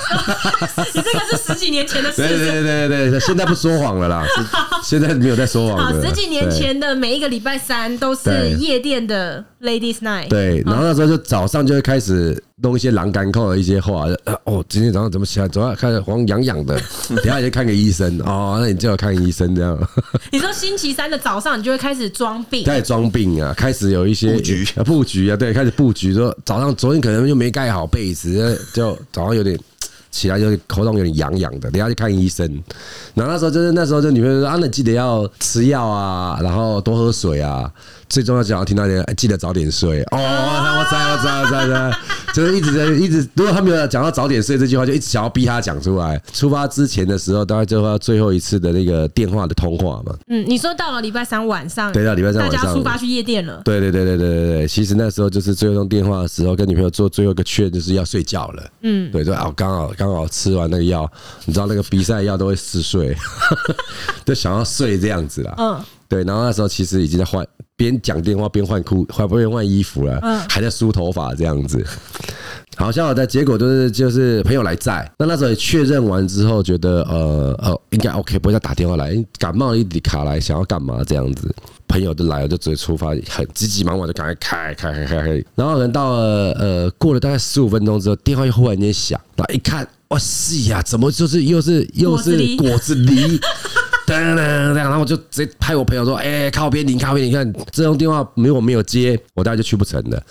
[SPEAKER 2] 你这个是十几年前的
[SPEAKER 3] 对对
[SPEAKER 2] 事。
[SPEAKER 3] 对对对对，现在不说谎了啦，现在没有在说
[SPEAKER 2] 啊，
[SPEAKER 3] 谎了，
[SPEAKER 2] 十几年
[SPEAKER 3] 对
[SPEAKER 2] 前的每一个礼拜三都
[SPEAKER 3] 对
[SPEAKER 2] 是夜店的 Ladies Night。
[SPEAKER 3] 对，然后那时候就早上就会开始弄一些栏杆扣的一些话，就呃哦，今天早上怎么起来？昨天开始黄痒痒的，等一下也去看个医生哦，那你就要看医生这样，
[SPEAKER 2] 你说星期三的早上，你就会开始装病。
[SPEAKER 3] 开始装病啊，开始有一些
[SPEAKER 1] 布局
[SPEAKER 3] 啊布局啊，对，开始布局说早上昨天可能就没盖好被子， 就早上有点。起来就是喉咙有点痒痒的，等一下去看医生。然后那时候就是那时候就女朋友说啊，那你记得要吃药啊，然后多喝水啊，最重要想要听到一点，哎记得早点睡哦。我知我知我知我知， 就是一直在一直，如果他没有讲到早点睡这句话，就一直想要逼他讲出来。出发之前的时候，当然就要最后一次的那个电话的通话嘛。
[SPEAKER 2] 嗯，你说到了礼拜三晚上，
[SPEAKER 3] 对到礼拜三晚上
[SPEAKER 2] 大家出发去夜店了。
[SPEAKER 3] 对对对对对对对，其实那时候就是最后通电话的时候，跟女朋友做最后一个确认就是要睡觉了。嗯，对，说啊，我刚好刚好吃完那个药，你知道那个比赛药都会嗜睡， 就想要睡这样子啦。
[SPEAKER 2] 嗯，
[SPEAKER 3] 对，然后那时候其实已经在换，边讲电话边换裤，换边换衣服了，还在梳头发这样子。好像我的结果就是就是朋友来载，那那时候也确认完之后，觉得呃呃应该 OK，不会再打电话来，感冒一直卡来，想要干嘛这样子，朋友就来了，就直接出发，很急急忙忙就赶快开开开开开，然后可能到了呃过了大概十五分钟之后，电话又忽然间响，然后一看，哇是呀，怎么就是又是又
[SPEAKER 2] 果子
[SPEAKER 3] 是
[SPEAKER 2] 狸
[SPEAKER 3] 果子狸。噔噔噔，然后我就直接拍我朋友说：“哎、靠边停，靠边停！你看这通电话如果没有接，我大概就去不成了。”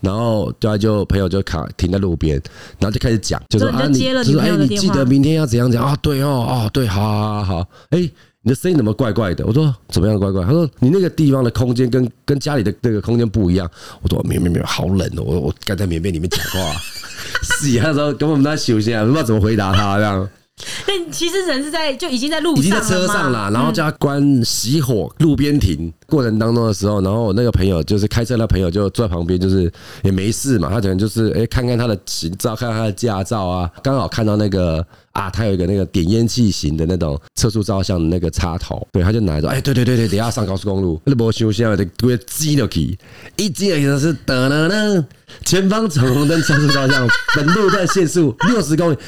[SPEAKER 3] 然后对啊，就朋友就卡停在路边，然后就开始讲，就说
[SPEAKER 2] 就你就
[SPEAKER 3] 啊，
[SPEAKER 2] 接了
[SPEAKER 3] 就说
[SPEAKER 2] 女朋
[SPEAKER 3] 哎、
[SPEAKER 2] 友的
[SPEAKER 3] 你
[SPEAKER 2] 电
[SPEAKER 3] 记
[SPEAKER 2] 话
[SPEAKER 3] 得明天要怎样讲啊？对哦，哦，对，好好好好，哎、你的声音怎么怪怪的？我说怎么样怪怪？他说你那个地方的空间跟跟家里的那个空间不一样。我说没有没有没有，好冷哦，我我刚在棉被里面讲话。啊 是啊，那时候根本不知道休息啊，不知道怎么回答他这样。
[SPEAKER 2] 但其实人是在就已经在路
[SPEAKER 3] 已
[SPEAKER 2] 上
[SPEAKER 3] 经在
[SPEAKER 2] 了
[SPEAKER 3] 车上
[SPEAKER 2] 嘛
[SPEAKER 3] 了，然后叫他关熄火，路边停过程当中的时候，然后我那个朋友就是开车那朋友就坐在旁边，就是也没事嘛，他可能就是哎、看看他的行照，看看他的驾照啊，刚好看到那个啊，他有一个那个点烟器型的那种测速照相的那个插头，对，他就拿着，哎、对对对对，等一下上高速公路，那不修现在的龟激了起，一激了起就是噔噔噔，前方闯红灯测速照相，本路段限速六十公里。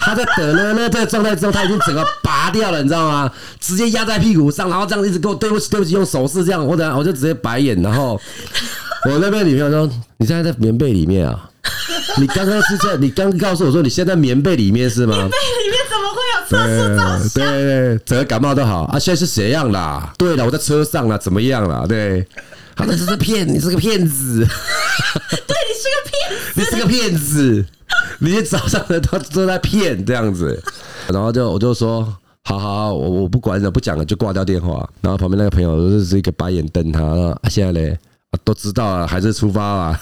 [SPEAKER 3] 他在得了那这个状态之后，他已经整个拔掉了，你知道吗？直接压在屁股上，然后这样一直跟我对不起对不起，用手势这样，我等下我就直接白眼，然后我那边女朋友说：“你现在在棉被里面啊？你刚刚是在你刚告诉我说你现在在棉被里面是吗？”
[SPEAKER 2] 被
[SPEAKER 3] 呃
[SPEAKER 2] 里面怎么会有测速照
[SPEAKER 3] 对对对，整个感冒都好啊。现在是谁样啦？对了，我在车上啦，怎么样啦？对，他那这是骗你，是个骗子，
[SPEAKER 2] 对，你是个骗 子。
[SPEAKER 3] 你是个骗 子，你一早上的都都在骗这样子。然后就我就说，好好好，我我不管了，不讲了，就挂掉电话。然后旁边那个朋友就是一个白眼瞪他，然后啊现在嘞、啊都知道了，还是出发 吧，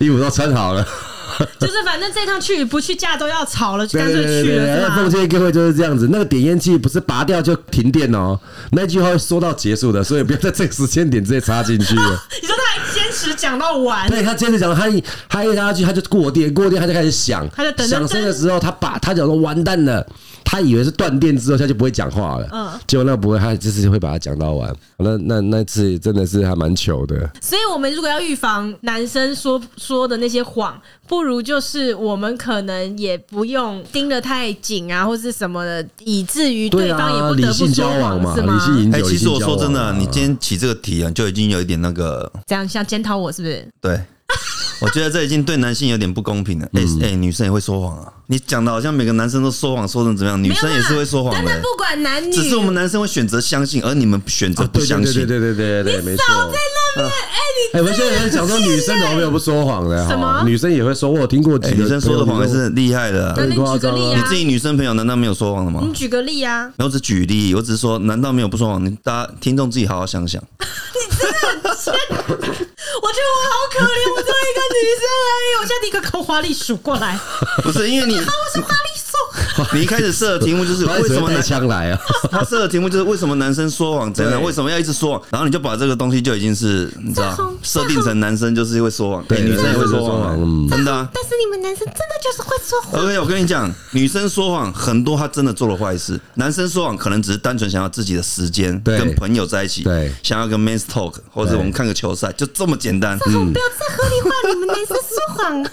[SPEAKER 3] 衣服都穿好了。
[SPEAKER 2] 就是反正这趟去与不去假都要吵了，就干脆
[SPEAKER 3] 对
[SPEAKER 2] 去
[SPEAKER 3] 对对
[SPEAKER 2] 了
[SPEAKER 3] 对
[SPEAKER 2] 是
[SPEAKER 3] 奉
[SPEAKER 2] 吧？
[SPEAKER 3] 劝各位就是这样子，那个点烟器不是拔掉就停电哦，那句话会说到结束的，所以不要在这个时间点直接插进去了。
[SPEAKER 2] 你说他还坚持讲到完，
[SPEAKER 3] 对他接着讲，他一他一拉去，他就过电，过电他就开始响，
[SPEAKER 2] 他就等
[SPEAKER 3] 响声的时候，他把他讲说完蛋了，他以为是断电之后他就不会讲话了，嗯
[SPEAKER 2] 嗯，
[SPEAKER 3] 结果那不会，他就是会把它讲到完。那那那次真的是还蛮糗的，
[SPEAKER 2] 所以我们如果要预防男生说说的那些谎，不如就是我们可能也不用盯得太紧啊，或是什么的，以至于对方也
[SPEAKER 3] 啊，
[SPEAKER 2] 不
[SPEAKER 3] 理
[SPEAKER 2] 得不
[SPEAKER 3] 性
[SPEAKER 2] 说
[SPEAKER 3] 交
[SPEAKER 2] 谎，
[SPEAKER 3] 往嘛，
[SPEAKER 2] 是
[SPEAKER 3] 理性
[SPEAKER 2] 吗？
[SPEAKER 3] 饮
[SPEAKER 1] 哎、
[SPEAKER 3] 酒，
[SPEAKER 1] 其实我说真的，你
[SPEAKER 3] 今。
[SPEAKER 1] 今天起这个题啊，就已经有一点那个，
[SPEAKER 2] 这样想检讨我是不是？
[SPEAKER 1] 对 我觉得这已经对男性有点不公平了。哎、哎、女生也会说谎啊，你讲的好像每个男生都说谎，说成怎么样，女生也是会说谎
[SPEAKER 2] 但
[SPEAKER 1] 的、
[SPEAKER 2] 但不管男女，
[SPEAKER 1] 只是我们男生会选择相信，而你们选择
[SPEAKER 3] 啊
[SPEAKER 1] 不相信。
[SPEAKER 3] 对对对对对对，没错。在那边，哎，我们现在在讲说女生怎么没有不说谎的？
[SPEAKER 2] 什么
[SPEAKER 3] 哈女生也会说，我有听过
[SPEAKER 1] 哎、
[SPEAKER 3] 几个
[SPEAKER 1] 女生说的谎也是厉害的啊、
[SPEAKER 2] 那你举个例
[SPEAKER 1] 你
[SPEAKER 2] 啊
[SPEAKER 1] 自，己女生朋友难道没有说谎的吗
[SPEAKER 2] 你？举个例啊，
[SPEAKER 1] 我只举例，我只是说，难道没有不说谎？你大家听众自己好好想想。
[SPEAKER 2] 我觉得我好可怜，我作为一个女生而已，我现在立刻扣花栗鼠过 来，
[SPEAKER 1] 不是因为你，
[SPEAKER 2] 花栗鼠，
[SPEAKER 1] 你一开始设的题目就是
[SPEAKER 3] 她
[SPEAKER 1] 为什么
[SPEAKER 3] 带
[SPEAKER 1] 男
[SPEAKER 3] 枪 来啊？
[SPEAKER 1] 他设的题目就是为什么男生说谎怎样，
[SPEAKER 3] 对
[SPEAKER 1] 为什么要一直说谎，然后你就把这个东西就已经是你知道
[SPEAKER 2] 这好
[SPEAKER 1] 设定成男生就是会说谎，对
[SPEAKER 3] 对
[SPEAKER 1] 女生也会说
[SPEAKER 3] 对
[SPEAKER 1] 谎
[SPEAKER 3] 对对对
[SPEAKER 1] 啊，真的啊。
[SPEAKER 2] 但是你们男生真的就是会说谎。
[SPEAKER 1] 而且我跟你讲，女生说谎很多，她真的做了坏事；男生说谎可能只是单纯想要自己的时间，
[SPEAKER 3] 对
[SPEAKER 1] 跟朋友在一起，
[SPEAKER 3] 对
[SPEAKER 1] 想要跟 man s talk，或者我们看个球赛，就这么简单。嗯
[SPEAKER 2] 不要再合理化你们男生说谎，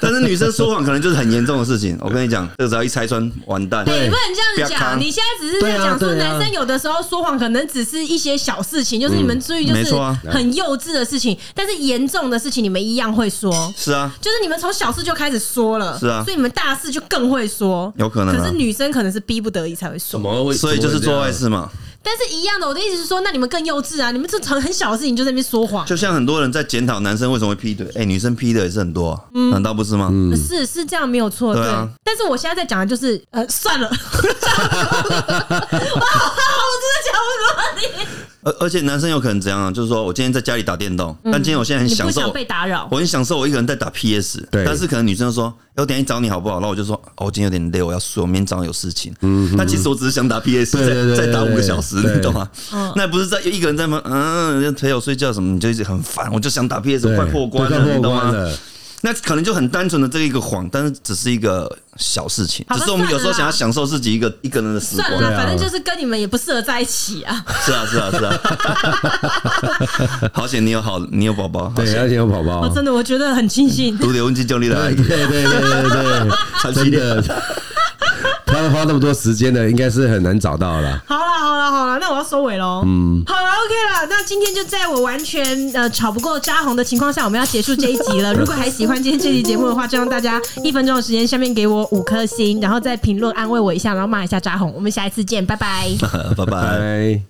[SPEAKER 1] 但是女生说谎可能就是很严重的事情。我跟你讲，这个只要一拆穿，完蛋。
[SPEAKER 3] 对
[SPEAKER 2] 你不能这样
[SPEAKER 1] 不要扛
[SPEAKER 2] 讲。你现在只是在讲
[SPEAKER 3] 对
[SPEAKER 2] 说，
[SPEAKER 3] 啊对啊
[SPEAKER 2] 男生有的时候说谎可能只是一些小事情，就是你们注意，就
[SPEAKER 1] 没
[SPEAKER 2] 是
[SPEAKER 1] 错啊
[SPEAKER 2] 很幼稚的事情，但是严重的事情你们一样会说。
[SPEAKER 1] 是啊，
[SPEAKER 2] 就是你们从小事就开始说了，
[SPEAKER 1] 是啊
[SPEAKER 2] 所以你们大事就更会说，
[SPEAKER 1] 有可能啊
[SPEAKER 2] 可是女生可能是逼不得已才会说，
[SPEAKER 3] 么
[SPEAKER 1] 所以就是做坏。事嘛。
[SPEAKER 2] 但是一样的，我的意思是说，那你们更幼稚啊！你们这从很小的事情就在那边说谎，
[SPEAKER 1] 就像很多人在检讨男生为什么会劈腿，哎、女生劈的也是很多、啊，
[SPEAKER 2] 嗯
[SPEAKER 1] 难道不是吗？
[SPEAKER 3] 嗯
[SPEAKER 2] 是是这样没有错，
[SPEAKER 1] 对啊
[SPEAKER 2] 但是我现在在讲的就是，呃，算了，我好怕我真的讲不过你。
[SPEAKER 1] 而而且男生有可能怎样啊？就是说我今天在家里打电动，但今天我现在很
[SPEAKER 2] 你不
[SPEAKER 1] 享
[SPEAKER 2] 想
[SPEAKER 1] 受
[SPEAKER 2] 被打扰
[SPEAKER 1] 我很享受我一个人在打 PS，
[SPEAKER 3] 对
[SPEAKER 1] 但是可能女生说，哎我等一下找你好不好？然后我就说，哦，我今天有点累，我要睡，我明天早上有事情。嗯，但其实我只是想打 PS，
[SPEAKER 3] 对对对
[SPEAKER 1] 再再打
[SPEAKER 3] 对
[SPEAKER 1] 五个小时，
[SPEAKER 3] 对
[SPEAKER 1] 你懂吗？
[SPEAKER 2] 嗯
[SPEAKER 1] 那不是在一个人在那边嗯，陪我睡觉什么，你就一直很烦，我就想打 PS，
[SPEAKER 3] 对
[SPEAKER 1] 快破关
[SPEAKER 3] 快
[SPEAKER 1] 了，你
[SPEAKER 3] 破
[SPEAKER 1] 懂
[SPEAKER 3] 关
[SPEAKER 1] 吗？
[SPEAKER 3] 了，
[SPEAKER 1] 那可能就很单纯的这一个谎，但是只是一个小事情，
[SPEAKER 2] 好
[SPEAKER 1] 只
[SPEAKER 2] 吧
[SPEAKER 1] 是我们有时候
[SPEAKER 2] 算了
[SPEAKER 1] 想要
[SPEAKER 2] 啦
[SPEAKER 1] 享受自己一个一个人的时
[SPEAKER 2] 算
[SPEAKER 1] 光
[SPEAKER 2] 了。啦，
[SPEAKER 3] 对啊
[SPEAKER 2] 反正就是跟你们也不适合在一起啊。
[SPEAKER 1] 是啊，是啊，是 啊。好险你有好，你有宝宝，好
[SPEAKER 3] 对，
[SPEAKER 1] 险。哦
[SPEAKER 3] 而且有宝宝
[SPEAKER 2] 我，真的我觉得很庆幸，
[SPEAKER 1] 读点问题就你来
[SPEAKER 3] 对，对对对对
[SPEAKER 1] 长
[SPEAKER 3] 对，
[SPEAKER 1] 期
[SPEAKER 3] 真
[SPEAKER 1] 恋
[SPEAKER 3] 的， 他花那么多时间的，应该是很难找到了。
[SPEAKER 2] 好啦，好啦，好啦，那我要收尾喽。嗯，好了，OK 了。那今天就在我完全呃吵不过扎红的情况下，我们要结束这一集了。如果还喜欢今天这期节目的话，就让大家一分钟的时间，下面给我五 颗星，然后再评论安慰我一下，然后骂一下扎红。我们下一次见，拜拜。
[SPEAKER 1] 拜拜。
[SPEAKER 3] 拜。